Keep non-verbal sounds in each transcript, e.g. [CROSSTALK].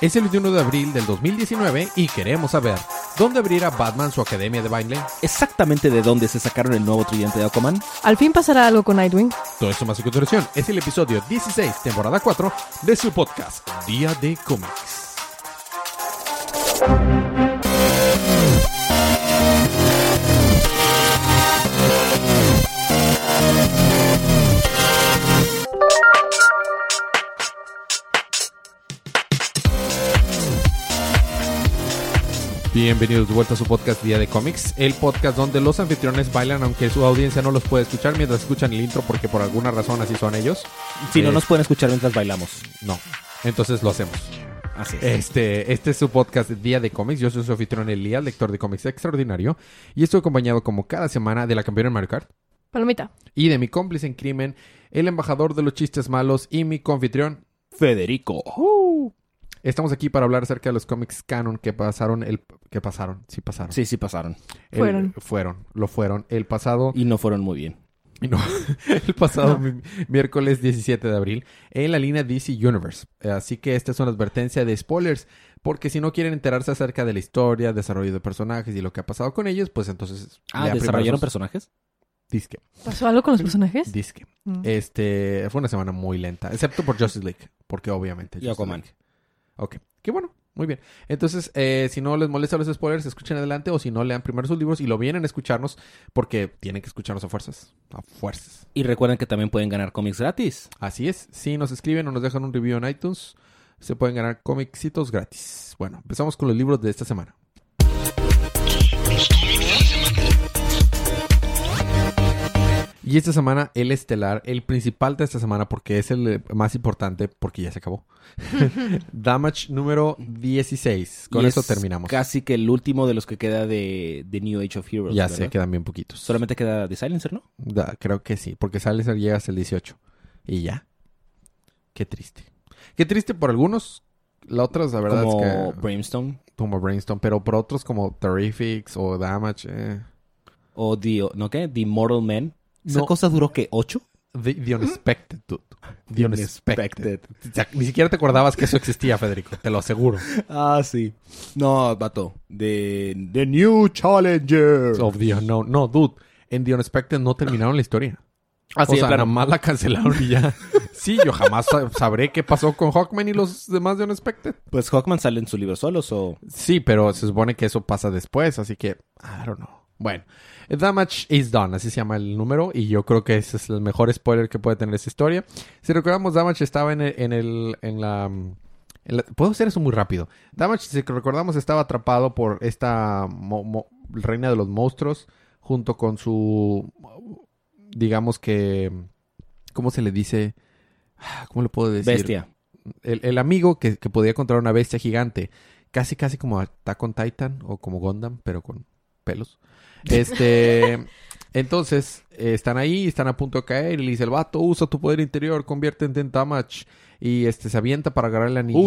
Es el 21 de abril del 2019 y queremos saber dónde abrirá Batman su academia de baile. ¿Exactamente de dónde se sacaron el nuevo tridente de Aquaman? ¿Al fin pasará algo con Nightwing? Todo esto más a continuación es el episodio 16, temporada 4 de su podcast Día de Cómics. Bienvenidos de vuelta a su podcast Día de Cómics, el podcast donde los anfitriones bailan aunque su audiencia no los puede escuchar mientras escuchan el intro porque por alguna razón así son ellos. Si no Eh, nos pueden escuchar mientras bailamos. No, entonces lo hacemos. Así es. Este, este es su podcast Día de Cómics. Yo soy su anfitrión Elías, lector de cómics extraordinario. Y estoy acompañado como cada semana de la campeona en Mario Kart Palomita. y de mi cómplice en crimen, el embajador de los chistes malos y mi confitrión. Federico. Uh. Estamos aquí para hablar acerca de los cómics canon que pasaron el... que pasaron, sí pasaron. Sí, sí pasaron. El- Fueron. Fueron, lo fueron. El [LAUGHS] pasado... Y no fueron muy bien. y no, el pasado [LAUGHS] mi- miércoles 17 de abril en la línea DC Universe. Así que esta es una advertencia de spoilers. Porque si no quieren enterarse acerca de la historia, desarrollo de personajes y lo que ha pasado con ellos, pues entonces... Ah, lean primero ¿desarrollaron sus- personajes? Disque. ¿Pasó algo con los personajes? Disque. Mm. Este, fue una semana muy lenta, excepto por Justice League, porque obviamente. Y Justice Aquaman. League. Ok, qué bueno, muy bien. Entonces, eh, si no les molesta los spoilers, escuchen adelante o si no, lean primero sus libros y lo vienen a escucharnos porque tienen que escucharnos a fuerzas. A fuerzas. Y recuerden que también pueden ganar cómics gratis. Así es, si nos escriben o nos dejan un review en iTunes, se pueden ganar comicitos gratis. Bueno, empezamos con los libros de esta semana. Y esta semana, el estelar, el principal de esta semana, porque es el eh, más importante, porque ya se [LAUGHS] acabó. Damage número 16. Con Y eso es terminamos. Casi que el último de los que queda de, de New Age of Heroes. Ya ¿verdad? se quedan bien poquitos. Solamente queda The Silencer, ¿no? Da- creo que sí, porque sale llega hasta el 18. Y ya. Qué triste. Qué triste por algunos. La otra, la verdad Como es que. Brimstone Como Brainstorm, pero por otros como Terrifics o Damage. eh. o The, ¿no qué? The Mortal Man. ¿Esa No. cosa duró que ¿Ocho? The, the Unexpected, dude. The The Unexpected. Unexpected. O sea, Ni siquiera te acordabas que eso existía, Federico. Te lo [LAUGHS] aseguro. Ah, sí. No, vato. The, the New Challenger. Of the Unknown. No, dude. En The Unexpected no terminaron la historia. o sea, nada más la cancelaron y ya. Sí, yo jamás sa- sabré qué pasó con Hawkman y los demás de Unexpected. Pues Hawkman sale en su libro solos o... Sí, pero se supone que eso pasa después, así que I don't know. Bueno, Damage is Done, así se llama el número, y yo creo que ese es el mejor spoiler que puede tener esta historia. Si recordamos, Damage estaba en el, en el- en la, mm, en la- Puedo hacer eso muy rápido. Damage, si recordamos, estaba atrapado por esta mo- mo- reina de los monstruos, junto con su, digamos que, ¿cómo se le dice? Ah, ¿Cómo lo puedo decir? Bestia. el, el amigo que, que podía controlar una bestia gigante, casi casi como Attack on Titan o como Gundam, pero con pelos. Este, entonces eh, están ahí, están a punto de caer y le dice el vato, usa tu poder interior, conviértete en damage y este se avienta para agarrar el anillo.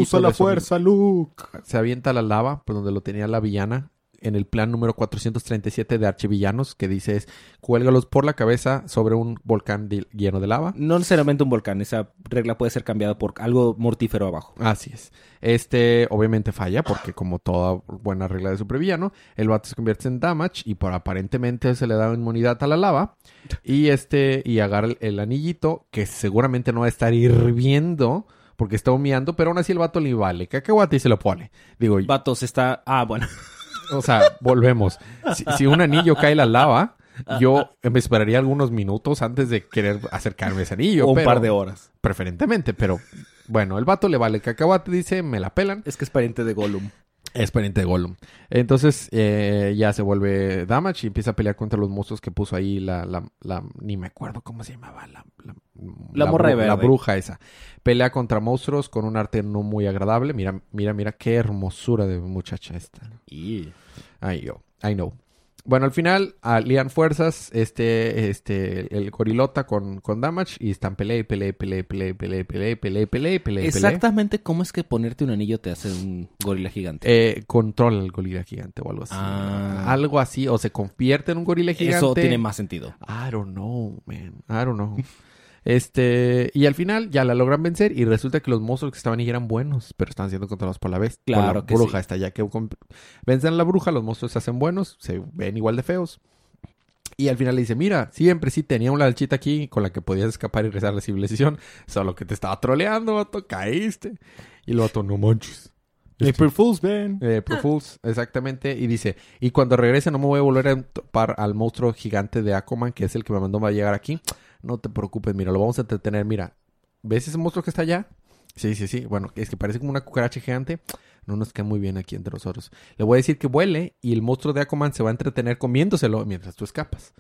Luke. Se avienta a la lava, por donde lo tenía la villana. En el plan número 437 de Archivillanos, que dice es, cuélgalos por la cabeza sobre un volcán de- lleno de lava. No necesariamente un volcán. Esa regla puede ser cambiada por algo mortífero abajo. Así es. Este obviamente falla porque como toda buena regla de supervillano, el vato se convierte en damage y por aparentemente se le da inmunidad a la lava y este y agarra el, el anillito que seguramente no va a estar hirviendo porque está humeando, pero aún así el vato le vale cacahuate y se lo pone. Digo, Vatos está... Ah, bueno. o sea, volvemos. Si, si un anillo cae en la lava, yo me esperaría algunos minutos antes de querer acercarme a ese anillo, o un pero- par de horas. preferentemente, pero bueno, el vato le vale cacahuate, dice, me la pelan. Es que es pariente de Gollum. Es pariente de Gollum. Entonces eh, ya se vuelve Damage y empieza a pelear contra los monstruos que puso ahí la... la- la- ni me acuerdo cómo se llamaba. La, la, La morra bru- de La verde. bruja esa. Pelea contra monstruos con un arte no muy agradable. Mira, mira, mira qué hermosura de muchacha esta. Y... Ay, yo. I know. Bueno, al final alían fuerzas este, este, el gorilota con, con Damage y están pelea y pelea y pelea y pelea y pelea y pelea y pelea y pelea y pelea y pelea. Exactamente cómo es que ponerte un anillo te hace un gorila gigante. Eh, controla el gorila gigante o algo así. Ah. Algo así, o se convierte en un gorila gigante. Eso tiene más sentido. I don't know, man. I don't know. Este, y al final ya la logran vencer y resulta que los monstruos que estaban ahí eran buenos, pero están siendo controlados por la bestia. por Claro la que bruja, sí. hasta ya que con- vencen a la bruja, los monstruos se hacen buenos, se ven igual de feos. Y al final le dice, mira, siempre sí tenía una alchita aquí con la que podías escapar y rezar a la civilización, solo que te estaba troleando, vato, caíste. Y el vato, no manches. April Fools, man. Eh, Pro Fools, exactamente. Y dice, y cuando regrese no me voy a volver a topar al monstruo gigante de Aquaman, que es el que me mandó a llegar aquí. No te preocupes, mira, lo vamos a entretener. Mira, ¿ves ese monstruo que está allá? Sí, sí, sí. Bueno, es que parece como una cucaracha gigante. No nos queda muy bien aquí entre nosotros. Le voy a decir que vuele y el monstruo de Aquaman se va a entretener comiéndoselo mientras tú escapas.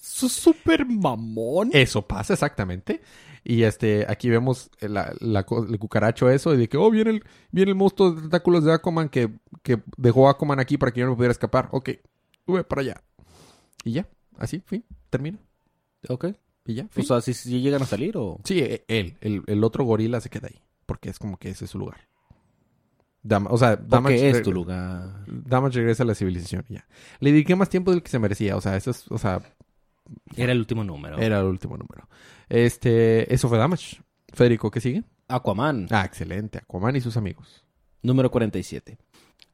Eso es súper mamón. Eso pasa exactamente. Y este, aquí vemos la, la co- el cucaracho eso y de que, oh, viene el, viene el monstruo de tentáculos de Aquaman que, que dejó a Aquaman aquí para que yo no me pudiera escapar. Ok, sube para allá. Y ya, así, fin, termina. Ok. Y ya, fin. O sea, si, si llegan a salir o. sí, e- él, el, el otro gorila se queda ahí, porque es como que ese es su lugar. Dama- o sea, Damage, Porque es reg- tu lugar. Damage regresa a la civilización y ya. Le dediqué más tiempo del que se merecía, o sea, eso es, o sea, Era el último número. era el último número. Este, eso fue Damage. Federico, ¿qué sigue? Aquaman, Ah, excelente. Aquaman y sus amigos. número 47.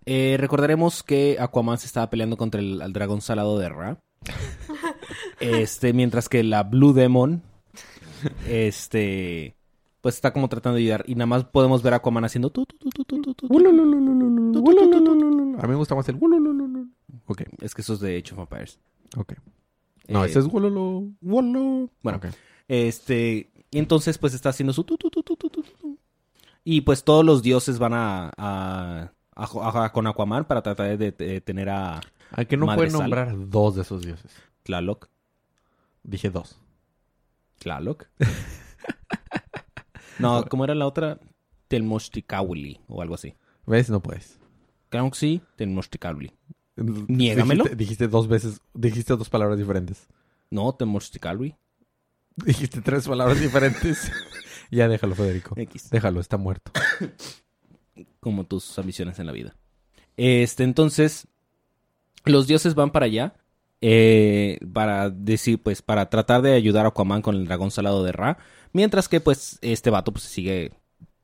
Eh, recordaremos que Aquaman se estaba peleando contra el, al dragón salado de Ra. Este, mientras que la Blue Demon. Este. Pues está como tratando de ayudar. Y nada más podemos ver a Aquaman haciendo. tu, tu, tu, tu, tu, tu, tu, tu. A mí me gusta más el wololololol. Ok, Es que eso es de Age of Empires. ok. No, Eh, ese es wololo. Wololo. Bueno. Ok. Este, y entonces pues está haciendo su tu, tu, tu, tu, tu, tu, tu. Y pues todos los dioses van a, a- a jo- a- con Aquaman para tratar de, de tener a ¿A que no Madre pueden sal. nombrar dos de esos dioses? Tlaloc. Dije dos. Tlaloc. no, ¿cómo era la otra? Telmochticawli o algo así. ¿Ves? No puedes. Creo que sí, Telmochticawli. Niégamelo. Dijiste, dijiste dos veces, dijiste dos palabras diferentes. [LAUGHS] No, Telmochticawli. Dijiste tres [LAUGHS] palabras diferentes. ya déjalo, Federico. X. Déjalo, está muerto. como tus ambiciones en la vida. Este, entonces, los dioses van para allá eh, para decir, pues, para tratar de ayudar a Aquaman con el dragón salado de Ra, mientras que, pues, este vato pues, sigue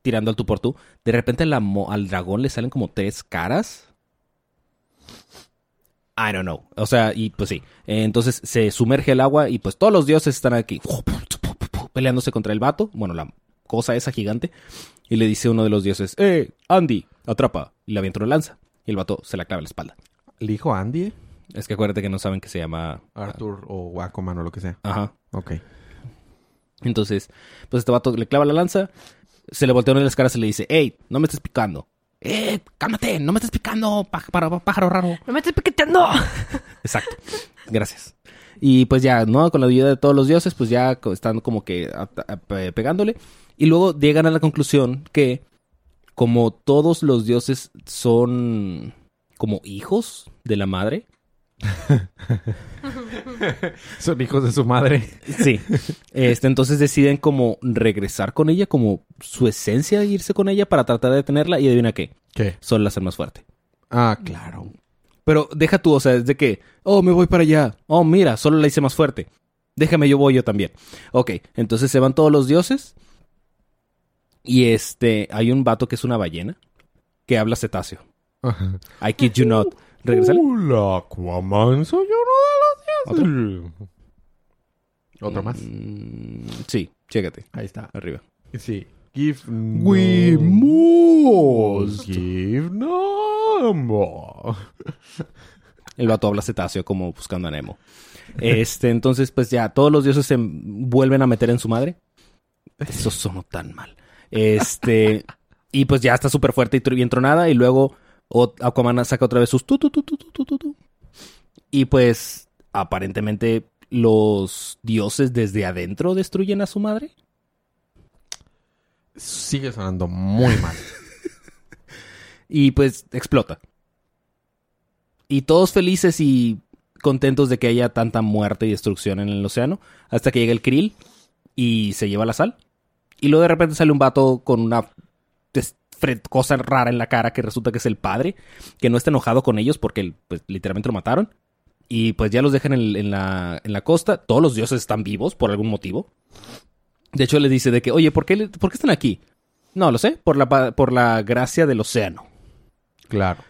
tirando al tú por tú. De repente la mo- al dragón le salen como tres caras. I don't know. O sea, y pues sí. Eh, Entonces se sumerge el agua y pues todos los dioses están aquí [LAUGHS] peleándose contra el vato. Bueno, la cosa esa gigante. Y le dice uno de los dioses, ¡Eh, Andy, atrapa! Y le avienta una lanza. Y el vato se la clava en la espalda. ¿El hijo Andy? eh? Es que acuérdate que no saben que se llama... Arthur o Aquaman o lo que sea. Ajá. Ok. Entonces, pues este vato le clava la lanza, se le voltea una de las caras y le dice, ¡Ey, no me estés picando! ¡Eh, cálmate! ¡No me estés picando, páj- pájaro, pájaro raro! ¡No me estés piqueteando! Exacto. Gracias. Y pues ya, ¿no? Con la ayuda de todos los dioses, pues ya co- están como que a- a- pe- pegándole. Y luego llegan a la conclusión que, como todos los dioses son como hijos de la madre. Son hijos de su madre. Sí. Este, entonces deciden como regresar con ella, como su esencia, irse con ella para tratar de detenerla. Y adivina qué, ¿Qué? son las más fuerte. Ah, claro. Pero deja tú, o sea, es de que, oh, me voy para allá. Oh, mira, solo la hice más fuerte. Déjame, yo voy yo también. Ok, entonces se van todos los dioses. Y este, hay un vato que es una ballena que habla cetáceo. Ajá. I kid [LAUGHS] you not. Regresale. Hola, Aquaman, soy uno de los dioses. ¿Otro? más. Mm, sí, chécate. Ahí está. Arriba. Sí. Give We must give number. El vato habla cetáceo como buscando a Nemo. Este, entonces, pues ya, todos los dioses se vuelven a meter en su madre. Eso sonó tan mal. Este, [LAUGHS] y pues ya está súper fuerte y tr- bien tronada. Y luego o- Aquaman saca otra vez sus tu, tu, tu, tu, tu, tu, tu, tu. Y pues, aparentemente, los dioses desde adentro destruyen a su madre. Sigue sonando muy mal. Y pues explota. Y todos felices y contentos de que haya tanta muerte y destrucción en el océano. Hasta que llega el krill y se lleva la sal. Y luego de repente sale un vato con una des- fre- cosa rara en la cara que resulta que es el padre. Que no está enojado con ellos porque pues, literalmente lo mataron. Y pues ya los dejan en, en la, en la costa. Todos los dioses están vivos por algún motivo. De hecho, le dice de que, oye, ¿por qué, le- ¿por qué están aquí? No, lo sé, por la, pa- por la gracia del océano. Claro.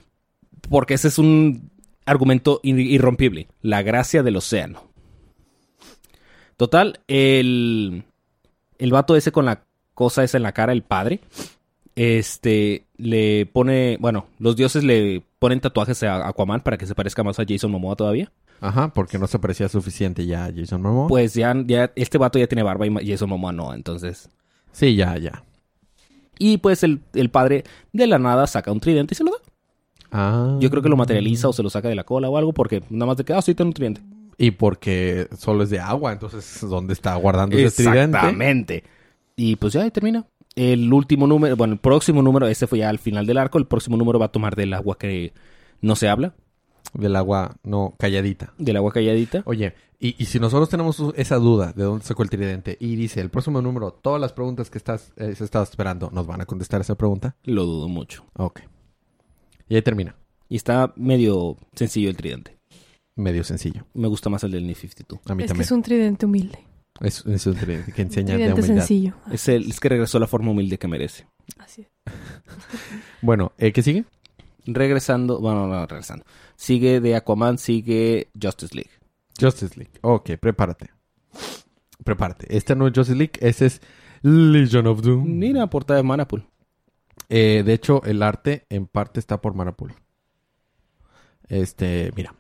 Porque ese es un argumento ir- irrompible. La gracia del océano. Total, el, el vato ese con la cosa esa en la cara, el padre, este, le pone, bueno, los dioses le ponen tatuajes a Aquaman para que se parezca más a Jason Momoa todavía. Ajá, porque no se parecía suficiente ya a Jason Momoa. Pues ya, ya, este vato ya tiene barba y Ma- Jason Momoa no, entonces. Sí, ya, ya. Y pues el, el padre de la nada saca un tridente y se lo da. Ah. Yo creo que lo materializa o se lo saca de la cola o algo porque nada más de que, ah, sí, tengo un tridente. Y porque solo es de agua, entonces, ¿dónde está guardando ese tridente? Exactamente. Y pues ya ahí termina. El último número, bueno, el próximo número, ese fue ya al final del arco, el próximo número va a tomar del agua que no se habla, Del agua, no, calladita. del agua calladita. Oye, y, y si nosotros tenemos u- esa duda de dónde sacó el tridente y dice el próximo número, todas las preguntas que estás, eh, se estás esperando, ¿nos van a contestar esa pregunta? Lo dudo mucho. Ok. Y ahí termina. Y está medio sencillo el tridente. Medio sencillo. Me gusta más el del Ni 52. A mí Es que también. es un tridente humilde. es, es un tridente que enseña de tridente humildad. Eh, sencillo. Ah, Es, el, es que regresó a la forma humilde que merece. Así es. Bueno, ¿eh, ¿qué sigue? Regresando, bueno, no, regresando. Sigue de Aquaman, sigue Justice League. Justice League. Ok, prepárate. Prepárate. Esta no es Justice League, ese es Legion of Doom. Mira, portada de Manapool. Eh, de hecho, el arte en parte está por Manapool. Este, mira.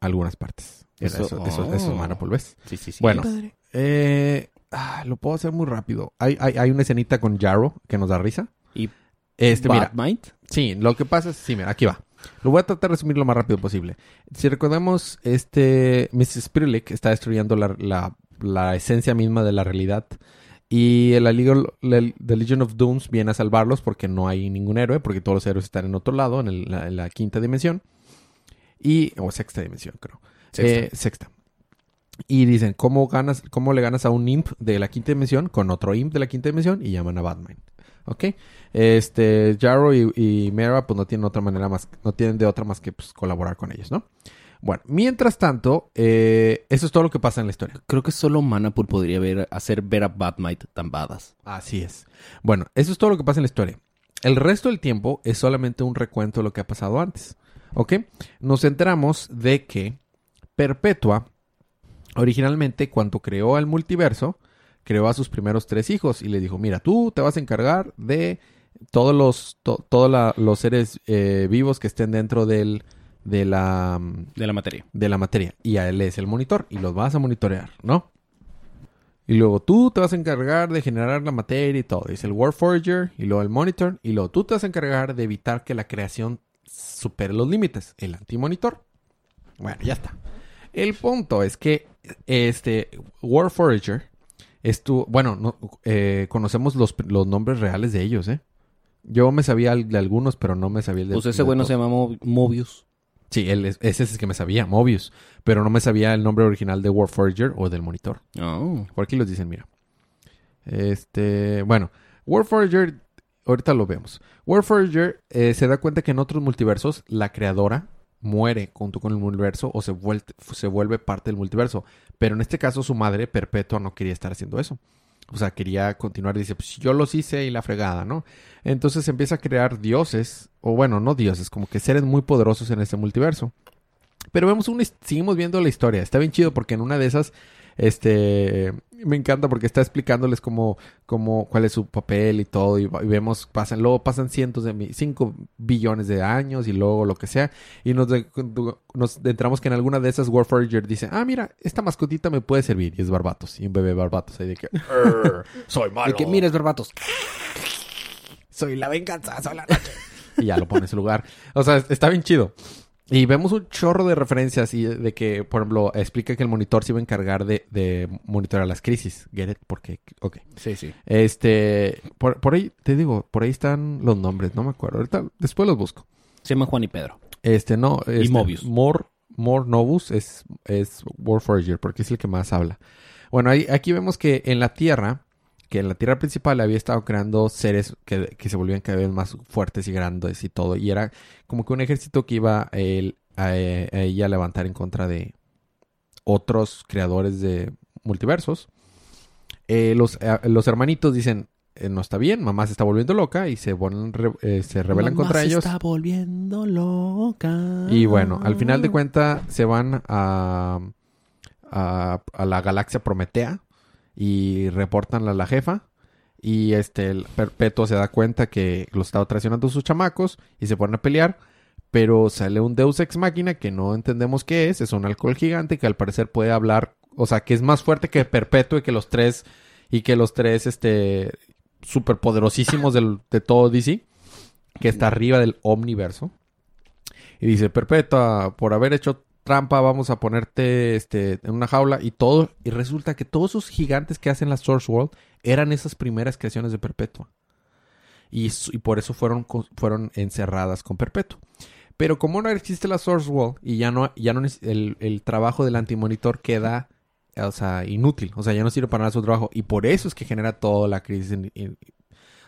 Algunas partes. Era Eso- Eso, eso, eso, oh. es Manapool, ¿ves? Sí, sí, sí. Bueno. Padre. Eh, ah, lo puedo hacer muy rápido. Hay, hay, hay una escenita con Jarro que nos da risa. Y Este, mira. Batmite. Sí, lo que pasa es... Sí, mira, aquí va. Lo voy a tratar de resumir lo más rápido posible. Si recordamos, este... Mrs. Spirlick está destruyendo la, la- la esencia misma de la realidad. Y la, Liga, la- The Legion of Dooms viene a salvarlos porque no hay ningún héroe. Porque todos los héroes están en otro lado, en, el- la, en la quinta dimensión. Y... O sexta dimensión, creo. Sexta. Eh, sexta. Y dicen, ¿cómo, ganas, ¿cómo le ganas a un imp de la quinta dimensión con otro imp de la quinta dimensión? Y llaman a Batman. ¿Ok? Este, Jarro y, y Mera, pues no tienen otra manera más, no tienen de otra más que pues, colaborar con ellos, ¿no? Bueno, mientras tanto, eh, eso es todo lo que pasa en la historia. Creo que solo Manapool podría ver, hacer ver a Batmite tan badass. Así es. Bueno, eso es todo lo que pasa en la historia. El resto del tiempo es solamente un recuento de lo que ha pasado antes. ¿Ok? Nos enteramos de que Perpetua, originalmente cuando creó el multiverso, creó a sus primeros tres hijos y le dijo, mira, tú te vas a encargar de todos los, to- todos la- los seres eh, vivos que estén dentro del, de la, mm, De la materia. de la materia y a él es el monitor y los vas a monitorear, ¿no? Y luego tú te vas a encargar de generar la materia y todo. Es el Warforger y luego el monitor y luego tú te vas a encargar de evitar que la creación supere los límites, el antimonitor. Bueno, ya está. El punto es que este Warforger estuvo, bueno, no, eh, conocemos los, los nombres reales de ellos, ¿eh? Yo me sabía el de algunos, pero no me sabía el de Pues ese de güey no todos. se llama Mo- Mobius. Sí, él es- ese es el que me sabía, Mobius. Pero no me sabía el nombre original de Warforger o del monitor. Oh. Por aquí los dicen, mira. Este, bueno, Warforger, ahorita lo vemos. Warforger eh, se da cuenta que en otros multiversos la creadora muere junto con el multiverso o se, vuelte- se vuelve parte del multiverso. Pero en este caso su madre, Perpetua, no quería estar haciendo eso. O sea, quería continuar. Dice, pues yo los hice y la fregada, ¿no? Entonces empieza a crear dioses, o bueno, no dioses, como que seres muy poderosos en este multiverso. Pero vemos un, seguimos viendo la historia. Está bien chido porque en una de esas, este, me encanta porque está explicándoles cómo, cómo, cuál es su papel y todo. Y, va- y vemos, pasan, luego pasan cientos de, mi- cinco billones de años y luego lo que sea. Y nos, de- nos enteramos que en alguna de esas Warforger dice, ah, mira, esta mascotita me puede servir. Y es Barbatos, y un bebé Barbatos. Ahí de que, "Arr, soy malo. El que mira es verbatos. Soy la venganza, [LAUGHS] soy la noche. y ya lo pone en su lugar. O sea, está bien chido. Y vemos un chorro de referencias y de que, por ejemplo, explica que el monitor se iba a encargar de, de monitorear las crisis. Get it? Porque, ok. Sí, sí. Este, por, por ahí, te digo, por ahí están los nombres, no me acuerdo. Ahorita, después los busco. Se llaman Juan y Pedro. Este, no. Este, Mobius. More, More Novus es, es Warforger, porque es el que más habla. Bueno, ahí- aquí vemos que en la Tierra, que en la Tierra principal había estado creando seres que, que se volvían cada vez más fuertes y grandes y todo. Y era como que un ejército que iba él, a, eh, a ella a levantar en contra de otros creadores de multiversos. eh, los, eh, los hermanitos dicen, eh, no está bien, mamá se está volviendo loca y se, ponen re- eh, se rebelan Mamá contra se ellos. está volviendo loca. Y bueno, al final de cuentas se van a, a, a la galaxia Prometea y reportan a la jefa. Y este, el Perpetuo se da cuenta que lo estaba traicionando sus chamacos y se ponen a pelear. Pero sale un Deus Ex Máquina que no entendemos qué es. Es un alcohol gigante que al parecer puede hablar. O sea, que es más fuerte que Perpetuo y que los tres. Y que los tres, este. Superpoderosísimos del, de todo DC. Que está arriba del Omniverso. Y dice, Perpetua, por haber hecho trampa, vamos a ponerte este, en una jaula y todo. Y resulta que todos esos gigantes que hacen la Source World eran esas primeras creaciones de Perpetua. Y, s- y por eso fueron, co- fueron encerradas con Perpetua. Pero como no existe la Source World y ya no, ya no neces- el, el trabajo del antimonitor queda o sea, inútil. O sea, ya no sirve para nada su trabajo. Y por eso es que genera toda la crisis. en- en-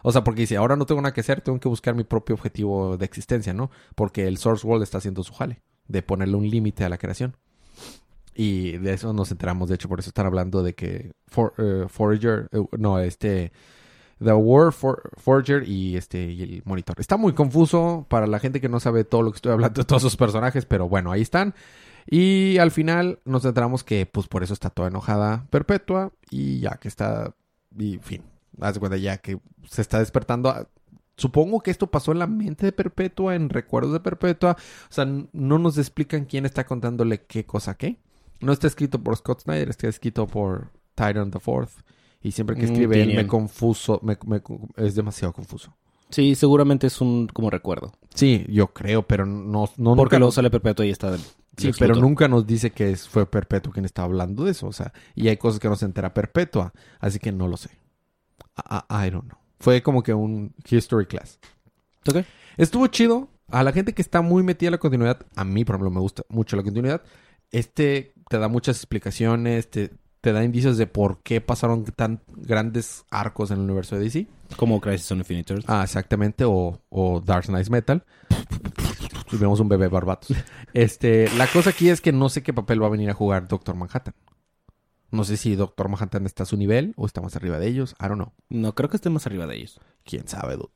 o sea, porque dice, ahora no tengo nada que hacer, tengo que buscar mi propio objetivo de existencia, ¿no? porque el Source World está haciendo su jale de ponerle un límite a la creación. Y de eso nos enteramos, de hecho, por eso están hablando de que For- eh, Forager, eh, no, este, The War For- Forger y este, y el monitor. Está muy confuso para la gente que no sabe todo lo que estoy hablando de todos esos personajes, pero bueno, ahí están. Y al final nos enteramos que, pues, por eso está toda enojada Perpetua y ya que está, y fin, haz de cuenta ya que se está despertando. a- Supongo que esto pasó en la mente de Perpetua, en recuerdos de Perpetua. O sea, n- no nos explican quién está contándole qué cosa qué. No está escrito por Scott Snyder, está escrito por Tyron the Fourth. Y siempre que Mm, escribe él me Tyrion. confuso, me- me- es demasiado confuso. Sí, seguramente es un como recuerdo. Sí, yo creo, pero no, no Porque nunca luego nos- sale perpetuo y está. Sí, Lex pero Luthor. nunca nos dice que es- fue Perpetua quien estaba hablando de eso. O sea, y hay cosas que no se entera Perpetua. Así que no lo sé. I, I- I don't know. Fue como que un history class. Ok. Estuvo chido. A la gente que está muy metida en la continuidad, a mí por ejemplo me gusta mucho la continuidad. Este te da muchas explicaciones, te, te da indicios de por qué pasaron tan grandes arcos en el universo de DC. Como Crisis on Infinite Earth. Ah, exactamente, o, o Dark Knight Metal. Y vemos un bebé barbatos. Este, la cosa aquí es que no sé qué papel va a venir a jugar Doctor Manhattan. No sé si Doctor Manhattan está a su nivel o está más arriba de ellos. I don't know. No, creo que esté más arriba de ellos. ¿Quién sabe, dude?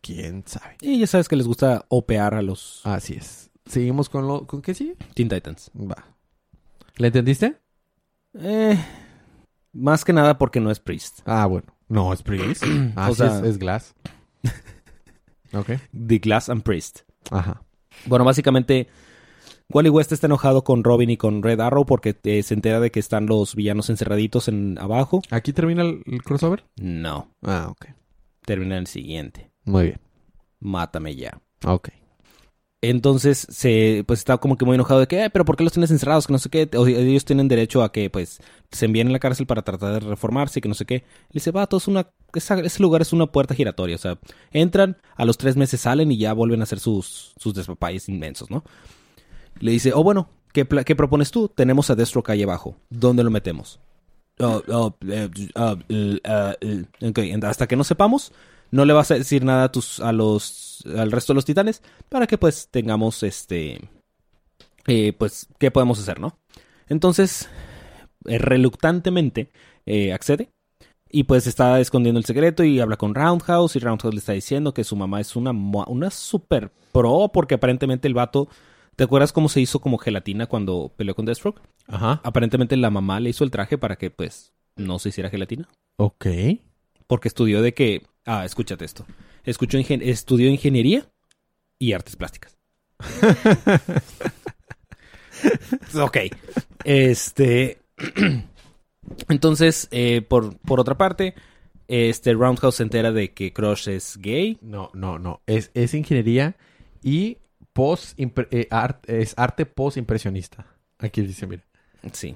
¿Quién sabe? Y ya sabes que les gusta opear a los Así es. Seguimos con lo... ¿Con qué sigue? Teen Titans. Va. ¿Le entendiste? Eh, más que nada porque no es Priest. Ah, bueno. No, es [CLEARS THROAT] Priest. Ah, O sí, sea- es, es Glass. [LAUGHS] ok. The Glass and Priest. Ajá. Bueno, básicamente, Wally West está enojado con Robin y con Red Arrow porque eh, se entera de que están los villanos encerraditos en abajo. ¿Aquí termina el, el crossover? No, Ah, ok. termina en el siguiente. Muy bien. Mátame ya. Ok. Entonces, se, pues está como que muy enojado de que, "Eh, pero ¿por qué los tienes encerrados? Que no sé qué. O- ellos tienen derecho a que, pues, se envíen a la cárcel para tratar de reformarse y que no sé qué. Le dice, va, todo es una, esa- ese lugar es una puerta giratoria. O sea, entran, a los tres meses salen y ya vuelven a hacer sus, sus despapalles inmensos, ¿no? Le dice, oh, bueno, ¿qué, pla- qué propones tú? Tenemos a Destro calle abajo. ¿Dónde lo metemos? Oh, oh, eh, ah, eh, ah, eh. Ok, hasta que no sepamos, no le vas a decir nada a tus, a los, al resto de los titanes para que pues tengamos este, eh, pues, ¿qué podemos hacer, no? Entonces, eh, reluctantemente eh, accede y pues está escondiendo el secreto y habla con Roundhouse y Roundhouse le está diciendo que su mamá es una, mo- una super pro porque aparentemente el vato, ¿te acuerdas cómo se hizo como gelatina cuando peleó con Deathstroke? Ajá. aparentemente la mamá le hizo el traje para que pues no se hiciera gelatina. Ok. Porque estudió de que, ah, escúchate esto, Escuchó ingen- estudió ingeniería y artes plásticas. ok. Este... [CLEARS THROAT] Entonces, eh, por, por otra parte, este Roundhouse se entera de que Crush es gay. No, no, no. Es, es ingeniería y post impre- eh, art- es arte post-impresionista. Aquí dice, mira. Sí.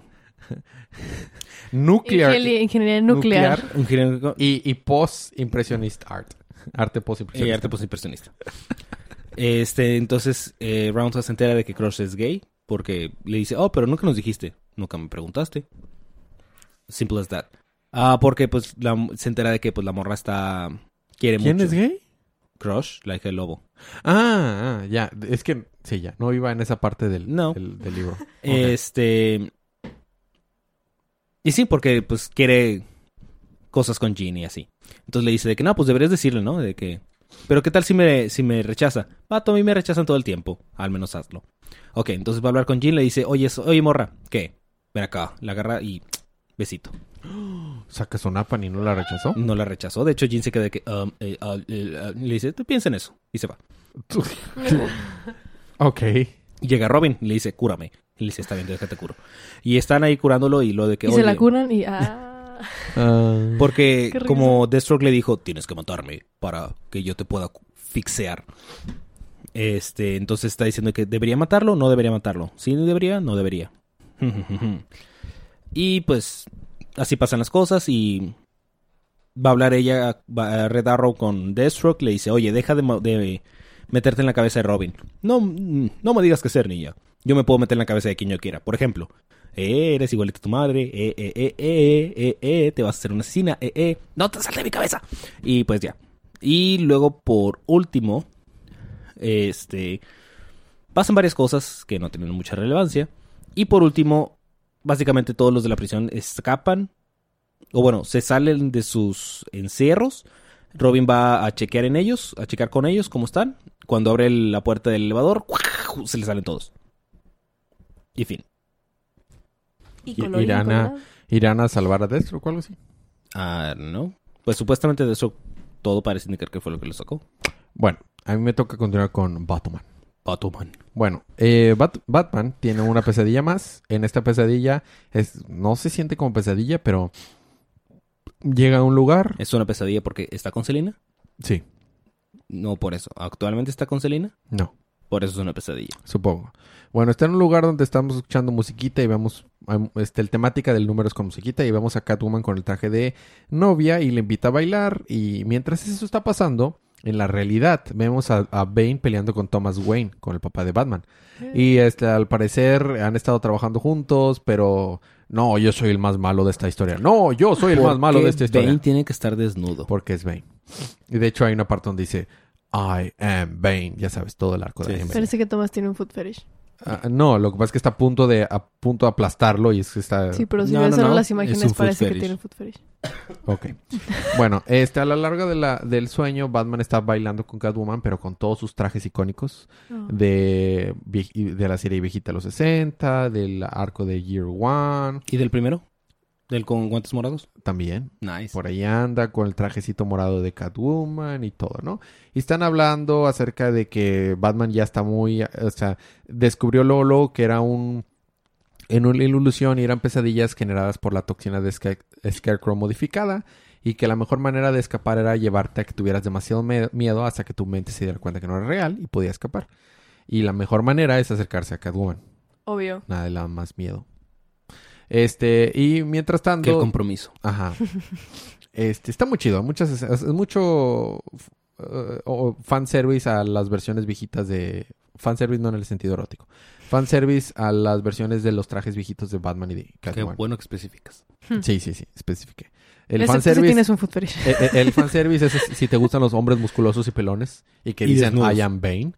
Nuclear. Ingenie- Ingeniería nuclear. Un giro- y, y post-impresionist art. Arte Y post-impresionista. arte postimpresionista. Este, entonces, eh, Roundhouse se entera de que Crush es gay porque le dice, oh, pero nunca nos dijiste, nunca me preguntaste. Simple as that. Ah, porque pues la- se entera de que pues la morra está... Quiere ¿Quién mucho. es gay? Crush, la hija del lobo. Ah, ah, ya. Es que, sí, ya. No iba en esa parte del, No. Eh, del, del libro. Ok. Este... Y sí, porque pues quiere cosas con Jean y así. Entonces le dice de que no, pues deberías decirle, ¿no? De que. Pero qué tal si me, si me rechaza. Vato, a mí me rechazan todo el tiempo. Al menos hazlo. Ok, entonces va a hablar con Jean, le dice, oye, so- oye, morra, ¿qué? Ven acá, la agarra y besito. Saca su napa y no la rechazó. No la rechazó. De hecho, Jean se queda de que. um, eh, ah, eh, ah, le dice, "Tú piensa en eso. Y se va. [LAUGHS] ok. Y Llega Robin y le dice, cúrame. Y le dice, está bien, déjate curo. Y están ahí curándolo y lo de que. Y se la "Oye, curan y... Ah, Ah, Porque Qué risa. como Deathstroke le dijo, tienes que matarme para que yo te pueda cu- fixear. Este, entonces está diciendo que debería matarlo, no debería matarlo. Sí, debería, no debería. [LAUGHS] y pues así pasan las cosas y va a hablar ella, va a Red Arrow con Deathstroke, le dice, oye, deja de, mo- de meterte en la cabeza de Robin. No, mm, no me digas que ser, niña. Yo me puedo meter en la cabeza de quien yo quiera. Por ejemplo, eh, eres igualita a tu madre. Eh, eh, eh, eh, eh, eh, te vas a hacer una asesina. Eh, eh, no te salga de mi cabeza. Y pues ya. Y luego, por último, este. Pasan varias cosas que no tienen mucha relevancia. Y por último, básicamente todos los de la prisión escapan. O bueno, se salen de sus encierros. Robin va a chequear en ellos, a checar con ellos cómo están. Cuando abre el- la puerta del elevador, ¡guau! se le salen todos. Y fin. y Y- colorín Irana- colorado. ¿Irán a salvar a Deathstroke o algo así? Ah, no. Pues supuestamente de eso todo parece indicar que fue lo que lo sacó. Bueno, a mí me toca continuar con Batman. Batman. Bueno, eh, Bat- Batman tiene una pesadilla más. En esta pesadilla es, no se siente como pesadilla, pero llega a un lugar. Es una pesadilla porque está con Selina. Sí, No por eso. Actualmente está con Selina. no, Por eso es una pesadilla. supongo. Bueno, está en un lugar donde estamos escuchando musiquita y vemos, am- este, el temática del número es con musiquita y vemos a Catwoman con el traje de novia y le invita a bailar. Y mientras eso está pasando, en la realidad vemos a, a Bane peleando con Thomas Wayne, con el papá de Batman. Y Eh. este, al parecer han estado trabajando juntos, pero no, yo soy el más malo de esta historia. No, yo soy el ¿Por más malo qué de esta historia. Bane tiene que estar desnudo. Porque es Bane. Y de hecho hay una parte donde dice, I am Bane. Ya sabes, todo el arco de Sí, I am sí, Bane. Parece que Tomás tiene un food fetish. Ah, no, lo que pasa es que está a punto de, a punto de aplastarlo y es que está... Sí, pero si No, ves no, solo no, las es un imágenes food parece que fetish. tiene un food fetish. Ok. [LAUGHS] Bueno, este, a la larga de la, del sueño, Batman está bailando con Catwoman, pero con todos sus trajes icónicos. Oh. De, vie- de la serie viejita de los 60, del arco de Year One, ¿Y del primero? ¿Del con guantes morados? también. Nice. Por ahí anda con el trajecito morado de Catwoman y todo, ¿no? Y están hablando acerca de que Batman ya está muy, o sea, descubrió luego, luego que era un, en una ilusión y eran pesadillas generadas por la toxina de Sca- Scarecrow modificada y que la mejor manera de escapar era llevarte a que tuvieras demasiado me- miedo hasta que tu mente se diera cuenta que no era real y podía escapar. Y la mejor manera es acercarse a Catwoman, Obvio. nada de la más miedo. Este, y mientras Qué tanto... compromiso. Ajá. Este, está muy chido. Muchas, es- es mucho eh, o- fanservice a las versiones viejitas de... Fanservice no en el sentido erótico. Fanservice a las versiones de los trajes viejitos de Batman y de Qué Catwoman. bueno que especificas. Sí, sí, sí. Especifique. El Excepto si fanservice... tienes un food fetish. eh, eh, El fanservice es si te gustan los hombres musculosos y pelones y que Y dicen desnudos. I am Bane.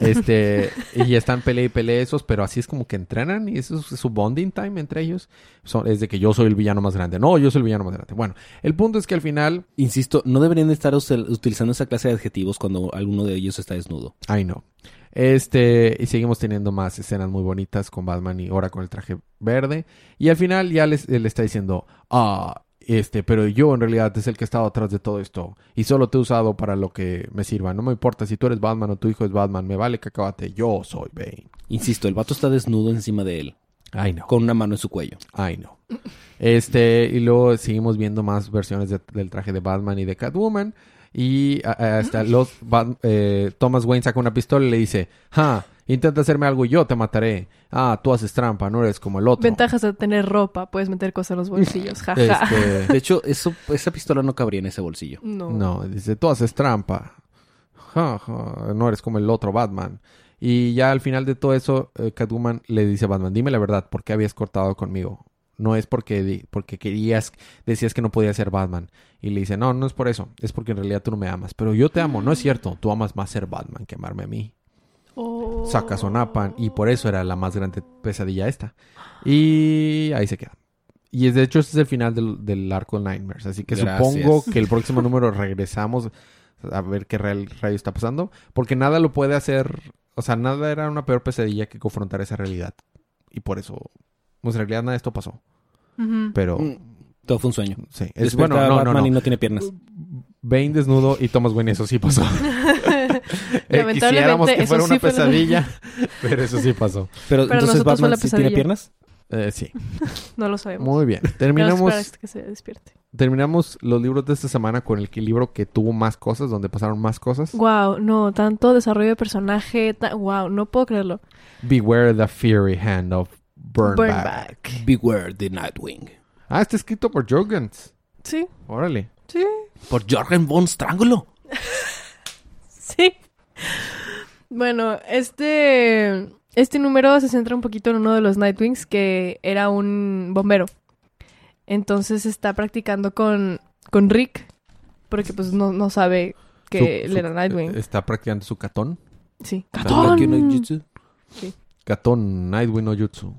Este, y están pelea y pelea esos, pero así es como que entrenan y eso es su bonding time entre ellos. Son- es de que yo soy el villano más grande. No, yo soy el villano más grande. Bueno, el punto es que al final, Insisto, no deberían de estar usel- utilizando esa clase de adjetivos cuando alguno de ellos está desnudo. ay no. Este, y seguimos teniendo más escenas muy bonitas con Batman y ahora con el traje verde. Y al final ya les, le está diciendo, ah, este, pero yo en realidad es el que he estado atrás de todo esto y solo te he usado para lo que me sirva. No me importa si tú eres Batman o tu hijo es Batman, me vale que acabate, yo soy Bane. Insisto, el vato está desnudo encima de él, Ay no. con una mano en su cuello. Ay, no. Este, y luego seguimos viendo más versiones de- del traje de Batman y de Catwoman. Y a- a- hasta los Bat- eh, Thomas Wayne saca una pistola y le dice: Ja, intenta hacerme algo y yo te mataré. Ah, tú haces trampa, no eres como el otro. Ventajas de tener ropa. Puedes meter cosas en los bolsillos. Jaja. Este, De hecho, eso, esa pistola no cabría en ese bolsillo. No. no, dice: Tú haces trampa. Ja, ja, no eres como el otro Batman. Y ya al final de todo eso, eh, Catwoman le dice a Batman: Dime la verdad, ¿por qué habías cortado conmigo? No es porque, di- porque querías, decías que no podía ser Batman. Y le dice, no, no es por eso. Es porque en realidad tú no me amas. Pero yo te amo. No es cierto. Tú amas más ser Batman que amarme a mí. Oh. Saca su napan. Y por eso era la más grande pesadilla esta. Y ahí se queda. Y es, de hecho, este es el final del, del arco de Nightmares. Así que Gracias. supongo que el próximo número regresamos a ver qué real rayo está pasando. Porque nada lo puede hacer. O sea, nada era una peor pesadilla que confrontar esa realidad. Y por eso. Pues en realidad nada de esto pasó. Ujú. Pero Todo fue un sueño. sí. Es, Es bueno, no, no, Mm. Batman no. y no tiene piernas. Bane desnudo y Thomas Wayne, eso sí pasó. Eh, Lamentablemente, quisiéramos que eso fuera sí una fue lo- pesadilla, pero eso sí pasó. Pero, Para entonces nosotros fue Batman la sí tiene pesadilla. piernas. Eh, sí, [LAUGHS] No lo sabemos. muy bien. Tenemos que Terminamos, esperar hasta que se despierte. terminamos los libros de esta semana con el que- libro que tuvo más cosas, donde pasaron más cosas. Wow, no, tanto desarrollo de personaje, wow, no puedo creerlo. Beware the Fury Hand of Burnback. Burnback. Beware the Nightwing. Ah, está escrito por Jurgens. Sí, Órale. sí, Por Jorgen von Strangulo. [LAUGHS] sí. Bueno, este este número se centra un poquito en uno de los Nightwings que era un bombero. Entonces está practicando con con Rick porque pues no, no sabe que Su- él su- era Nightwing. eh, Está practicando su catón. sí. ¡Catón! Aquí no hay jutsu. Catón, Nightwing no Jutsu.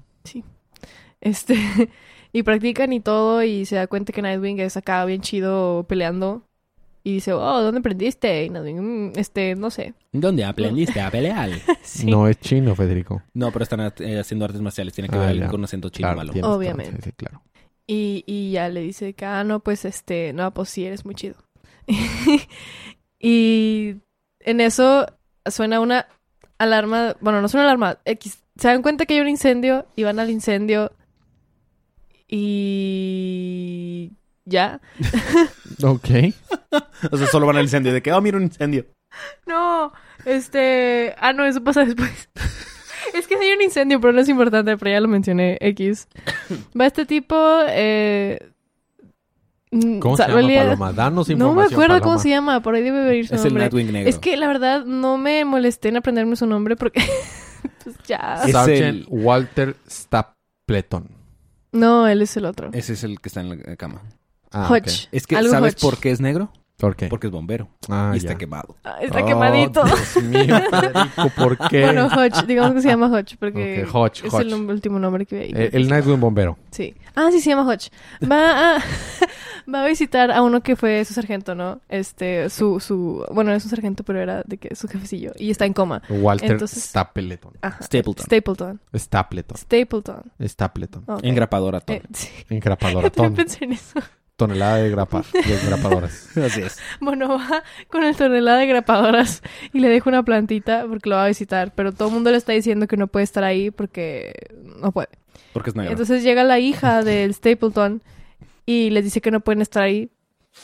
Este, [LAUGHS] y practican y todo, y se da cuenta que Nightwing es acá bien chido peleando. Y dice, oh, ¿dónde aprendiste? Y Nightwing, "Mm, este, no sé. ¿Dónde aprendiste a pelear? Sí, No es chino, Federico. No, pero están eh, haciendo artes marciales. Tiene que Ah, ver ya. con un acento chino Claro, malo. tienes todo. Obviamente. Sí, sí, claro. Y, y ya le dice que, ah, no, pues este, no, pues sí, eres muy chido. [LAUGHS] y en eso suena una alarma, bueno, no suena alarma, X. Se dan cuenta que hay un incendio y van al incendio y ya. Ok. O sea, solo van al incendio. De que, oh, mira un incendio. No, este. Ah, no, eso pasa después. [LAUGHS] es que hay un incendio, pero no es importante, pero ya lo mencioné. [LAUGHS] X. Va este tipo. Eh... mm, ¿Cómo salva se el llama día- Paloma? Danos No información. me acuerdo Paloma. cómo se llama, por ahí debe venir su Es el nombre. Nightwing negro. es que la verdad no me molesté en aprenderme su nombre porque. [LAUGHS] pues ya. Es Sargent el- Walter Stapleton. No, él es el otro. Ese es el que está en la eh, cama. Ah, Hodge. ok. Es que, Algo ¿sabes Hodge. por qué es negro? ¿Por qué? Porque es bombero. Ah, y está ya. quemado. Ah, está Oh, quemadito. Dios [LAUGHS] mío, Federico, ¿por qué? Bueno, Hodge, digamos que se llama Hodge porque. Ok, Hodge, Es Hodge. el nom- último nombre que vi. Eh, el Nightwing bombero. Sí. Ah, sí, se llama Hodge. Va a, [LAUGHS] va a visitar a uno que fue su sargento, ¿no? Este, su, su, bueno, es un sargento, pero era de que su jefecillo. Y está en coma. Walter Entonces- Stapleton. Ajá. Stapleton. Stapleton. Stapleton. Stapleton. [LAUGHS] Stapleton. Ok. Engrapadora, todo. Eh, sí. Engrapadora. Yo también ton- pensé en eso. tonelada de grapa. De [LAUGHS] grapadoras. Así es. Bueno, va con el tonelada de grapadoras y le dejo una plantita porque lo va a visitar. Pero todo el mundo le está diciendo que no puede estar ahí porque no puede. Porque es [LAUGHS] negro. Entonces llega la hija del Stapleton y les dice que no pueden estar ahí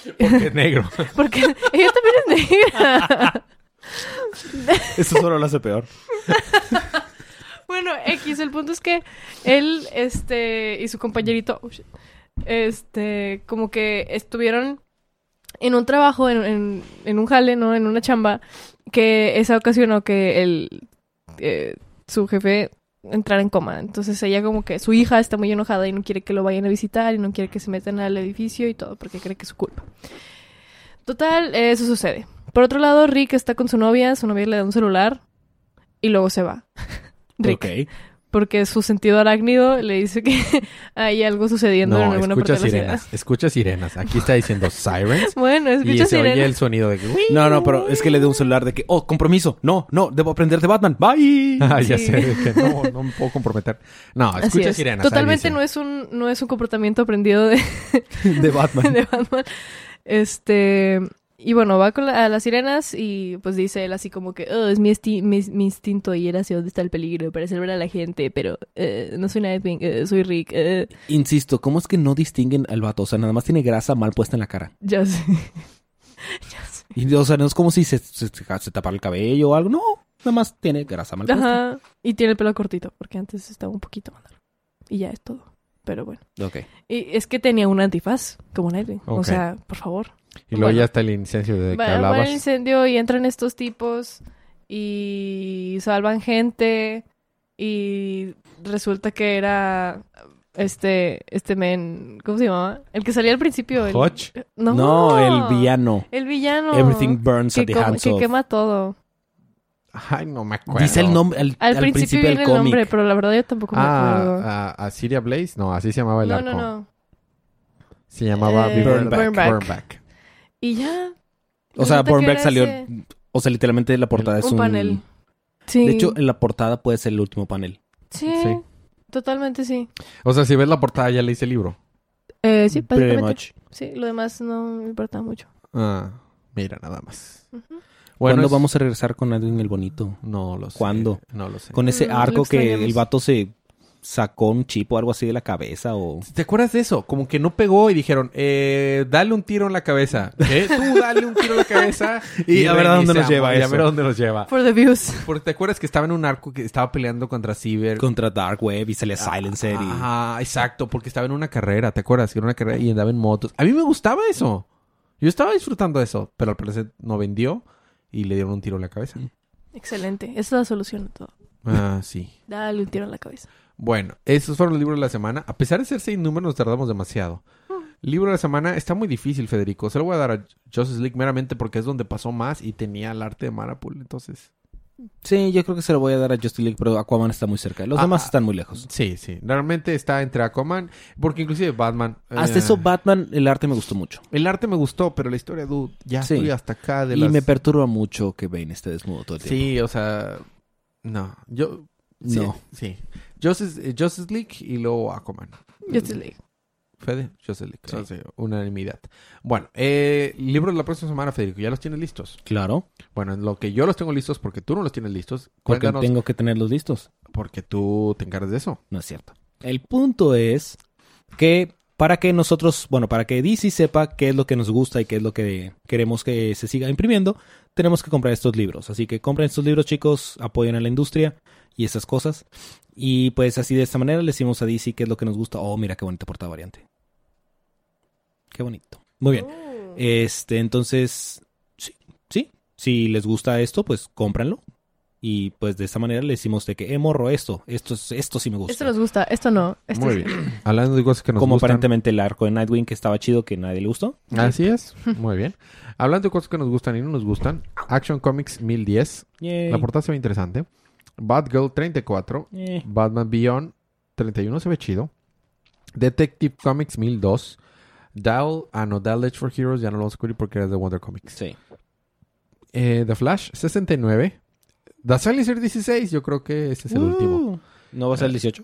Porque es negro. porque [LAUGHS] ella también es negra. Eso solo lo hace peor. Bueno, X, el punto es que él, este, y su compañerito, oh, shit, este, como que estuvieron en un trabajo, en, en- en un jale, ¿no? En una chamba, que esa ocasionó que el, eh, su jefe entrara en coma. Entonces ella como que, su hija está muy enojada y no quiere que lo vayan a visitar y no quiere que se metan al edificio y todo, porque cree que es su culpa. Total, eh, eso sucede. Por otro lado, Rick está con su novia, su novia le da un celular y luego se va. [LAUGHS] Rick Ok. porque su sentido arácnido le dice que [LAUGHS] hay algo sucediendo en No, alguna escucha parte de la ciudad. sirenas. Escucha sirenas. Aquí está diciendo sirens. [LAUGHS] Bueno, Y escucha se oye el sirenas. sonido de que... [LAUGHS] No, no, pero es que le dio un celular de que, oh, compromiso. No, no, debo aprender de Batman. Bye. [LAUGHS] Ah, ya Sí. sé. de que no, no me puedo comprometer. No, Así escucha es. sirenas. ahí Totalmente dice. no es un no es un comportamiento [LAUGHS] aprendido de, De Batman. de Batman. Este y bueno, va con la- a las sirenas y pues dice él así como que, oh, es mi, esti- mi, mi instinto ir hacia donde está el peligro para salvar a la gente, pero eh, no soy Nightwing, eh, soy Rick, eh, [LAUGHS] Insisto, ¿cómo es que no distinguen al vato? O sea, nada más tiene grasa mal puesta en la cara. ya sé. ya sé. Y, o sea, no es como si se, se, se tapara el cabello o algo. No, nada más tiene grasa mal puesta. Ajá. Y tiene el pelo cortito, porque antes estaba un poquito más largo. Y ya es todo. Pero bueno. Ok. Y es que tenía un antifaz, como Nightwing. O Ok. sea, por favor. Y luego Bueno. ya está el incendio de que Va, va el hablabas. incendio y entran estos tipos y salvan gente. Y resulta que era este, este men, ¿cómo se llamaba? El que salía al principio. el- Hodge. No, no el villano. El villano. Everything burns que, at the com- hands que of. quema todo. Ay, no me acuerdo. Dice el nombre al, Al, al principio, principio, viene del el nombre, cómic. Ah, pero la verdad yo tampoco me acuerdo. Ah, a, a Blaze. No, así se llamaba el no, arco. no, no. Se llamaba Eh, Beaver Burnback. Back- Burnback. Burnback. Y ya. O sea, Resulta que Bornberg era salió. ese- O sea, literalmente la portada es Un un. panel. Sí. De hecho, en la portada puede ser el último panel. sí, sí. Totalmente sí. O sea, si ves la portada, ya leíste el libro. Eh, sí, Pretty básicamente. much. Sí, lo demás no me importa mucho. Ah, mira, nada más. Ujú. Bueno, ¿Cuándo es- vamos a regresar con Edwin el Bonito? No lo sé. ¿Cuándo? No lo sé. Con ese Mm, lo arco que extrañamos. el vato se sacó un chip o algo así de la cabeza o... ¿Te acuerdas de eso? Como que no pegó y dijeron, eh, dale un tiro en la cabeza. [LAUGHS] ¿Eh? Tú dale un tiro en la cabeza Y a ver a dónde nos reiniciamos, lleva y a eso. ver a dónde nos lleva. For the views. [LAUGHS] Porque te acuerdas que estaba en un arco que estaba peleando contra Cyber. Contra Dark Web y salía Silencer y... Ah, Ajá, exacto, porque estaba en una carrera, ¿te acuerdas? Que era una carrera y andaba en motos. A mí me gustaba eso. Yo estaba disfrutando de eso, pero al parecer no vendió y le dieron un tiro en la cabeza. Excelente. Esa es la solución a todo. Mm. Ah, sí. Dale un tiro en la cabeza. Bueno, esos fueron los libros de la semana. A pesar de ser seis números, nos tardamos demasiado. Ah. Libro de la semana está muy difícil, Federico. Se lo voy a dar a Justice League meramente porque es donde pasó más y tenía el arte de Marapul. Entonces, Sí, yo creo que se lo voy a dar a Justin League, pero Aquaman está muy cerca. Los Ah, demás ah. están muy lejos. sí, sí. Realmente está entre Aquaman, porque inclusive Batman. Hasta eh, eso, Batman, el arte me gustó mucho. El arte me gustó, pero la historia, dude, ya Sí. estoy hasta acá de Y las- me perturba mucho que Bane esté desnudo todo el tiempo. Sí, o sea. No. Yo. Sí, No. Sí. Justice, eh, Justice League y luego Aquaman. Justice League. Fede, Justice League. Sí. O sea, unanimidad. Bueno, eh, libros de la próxima semana, Federico. ¿Ya los tienes listos? Claro, Bueno, en lo que yo los tengo listos, porque tú no los tienes listos, porque cuéntanos. tengo que tenerlos listos. Porque tú te encargas de eso. No es cierto. El punto es que para que nosotros, bueno, para que DC sepa qué es lo que nos gusta y qué es lo que queremos que se siga imprimiendo, tenemos que comprar estos libros. Así que compren estos libros, chicos, apoyen a la industria y esas cosas. Y pues así de esta manera le decimos a DC qué es lo que nos gusta. Oh, mira qué bonita portada variante. Qué bonito. Muy bien. Oh. Este, entonces, sí, sí. Si les gusta esto, pues cómpranlo. Y pues de esta manera le decimos de que, eh, morro, esto, esto, es- esto sí me gusta. Esto nos gusta, esto no. este Esto Muy sí. bien. Hablando de cosas que nos Como gustan. aparentemente el arco de Nightwing que estaba chido, que nadie le gustó. Así es. Muy bien. Hablando de cosas que nos gustan y no nos gustan. Action Comics 1010. Yay. La portada se ve interesante. Batgirl 34. Eh. Batman Beyond 31 se ve chido. Detective Comics 1002. Dowl, ah no, Dowl Edge for Heroes ya no lo vamos a cubrir porque era de Wonder Comics. Sí. Eh, The Flash 69. The Silencer 16, yo creo que ese es el último. Eh, Uh. ¿No va a ser el 18?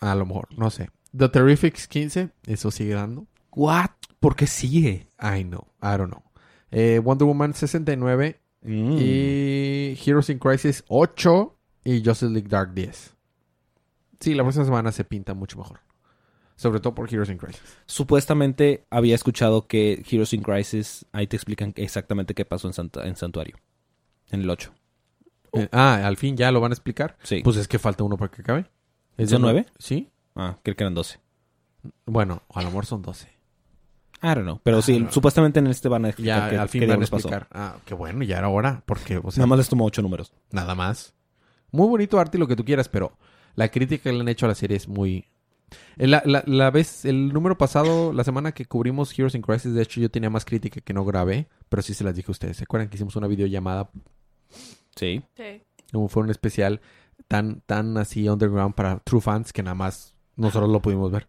A lo mejor, no sé. The Terrifics 15, eso sigue dando. ¿What? ¿Por qué sigue? I know, I don't know. Eh, Wonder Woman 69 mm. Y... y Mm. Heroes in Crisis 8 y Justice League Dark 10. Sí, la próxima semana se pinta mucho mejor. Sobre todo por Heroes in Crisis. Supuestamente había escuchado que Heroes in Crisis, ahí te explican exactamente qué pasó en, Santa- en Santuario. En el 8. Eh, ah, al fin ya lo van a explicar. Oh. Sí. Pues es que falta uno para que acabe. ¿Es de ¿Son nueve? Sí. Ah, creo que eran 12. Bueno, a lo mejor son 12. I don't know. Pero I sí, don't know. supuestamente en este van a explicar Ah, Ya qué- al qué fin van a diablos pasó. explicar. Ah, qué bueno, ya era hora. Porque, o sea, Nada más les tomó 8 números. nada más. Muy bonito arte y lo que tú quieras, pero la crítica que le han hecho a la serie es muy... Eh, La, la- la vez, el número pasado, la semana que cubrimos Heroes in Crisis, de hecho yo tenía más crítica que no grabé, pero sí se las dije a ustedes. ¿Se acuerdan que hicimos una videollamada? Sí. Sí. Como fue un especial tan, tan así underground para true fans que nada más nosotros lo pudimos ver.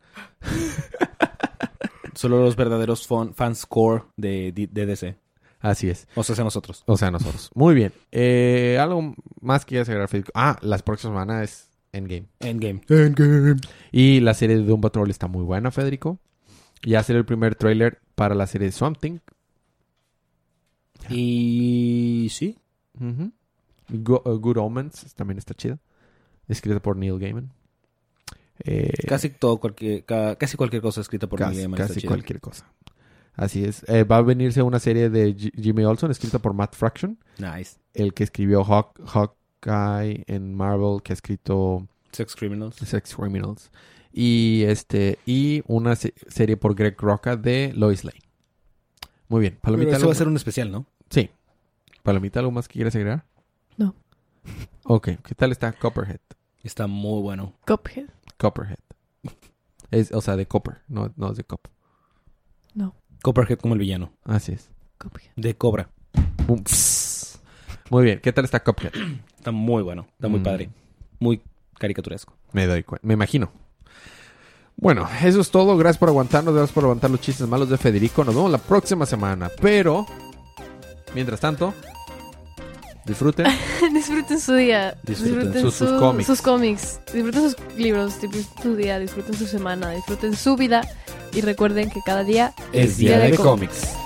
Solo los verdaderos fan, fans core de, de, de DC. Así es. O sea, sea nosotros. O sea, nosotros. Muy bien. Eh, algo más que ya agregar, Federico. Ah, las próximas semanas es Endgame. Endgame. Endgame. Y la serie de Doom Patrol está muy buena, Federico. Ya salió el primer tráiler para la serie de Swamp Thing. Y sí. Ujú. Go- uh, Good Omens también está chida. Escrita por Neil Gaiman. Eh, Casi todo cualquier, ca- casi cualquier cosa escrita por casi- Neil Gaiman casi está chida. cualquier cosa. Así es. Eh, va a venirse una serie de G- Jimmy Olsen escrita por Matt Fraction, Nice. el que escribió Hawk, Hawkeye en Marvel, que ha escrito Sex Criminals. Sex Criminals. Y este y una se- serie por Greg Roca de Lois Lane. Muy bien. Palomita, Pero eso algo- va a ser un especial, ¿no? Sí. Palomita, ¿algo más que quieras agregar? No. [LAUGHS] Ok. ¿Qué tal está Copperhead? Está muy bueno. Cuphead. Copperhead. Es, o sea, de Copper. No, no es de Cop. Copperhead como el villano. Así es. Cuphead. De Cobra. Boom. Muy bien. ¿Qué tal está Cophead? Está muy bueno. Está muy Mm. padre. Muy caricaturesco. Me doy cuenta. Me imagino. Bueno, eso es todo. Gracias por aguantarnos. Gracias por aguantar los chistes malos de Federico. Nos vemos la próxima semana. Pero, mientras tanto, disfruten. [LAUGHS] disfruten su día. Disfruten sus- sus cómics. sus cómics. Disfruten sus libros. Disfruten su día. Disfruten su semana. Disfruten su vida. Y recuerden que cada día Es día de cómics.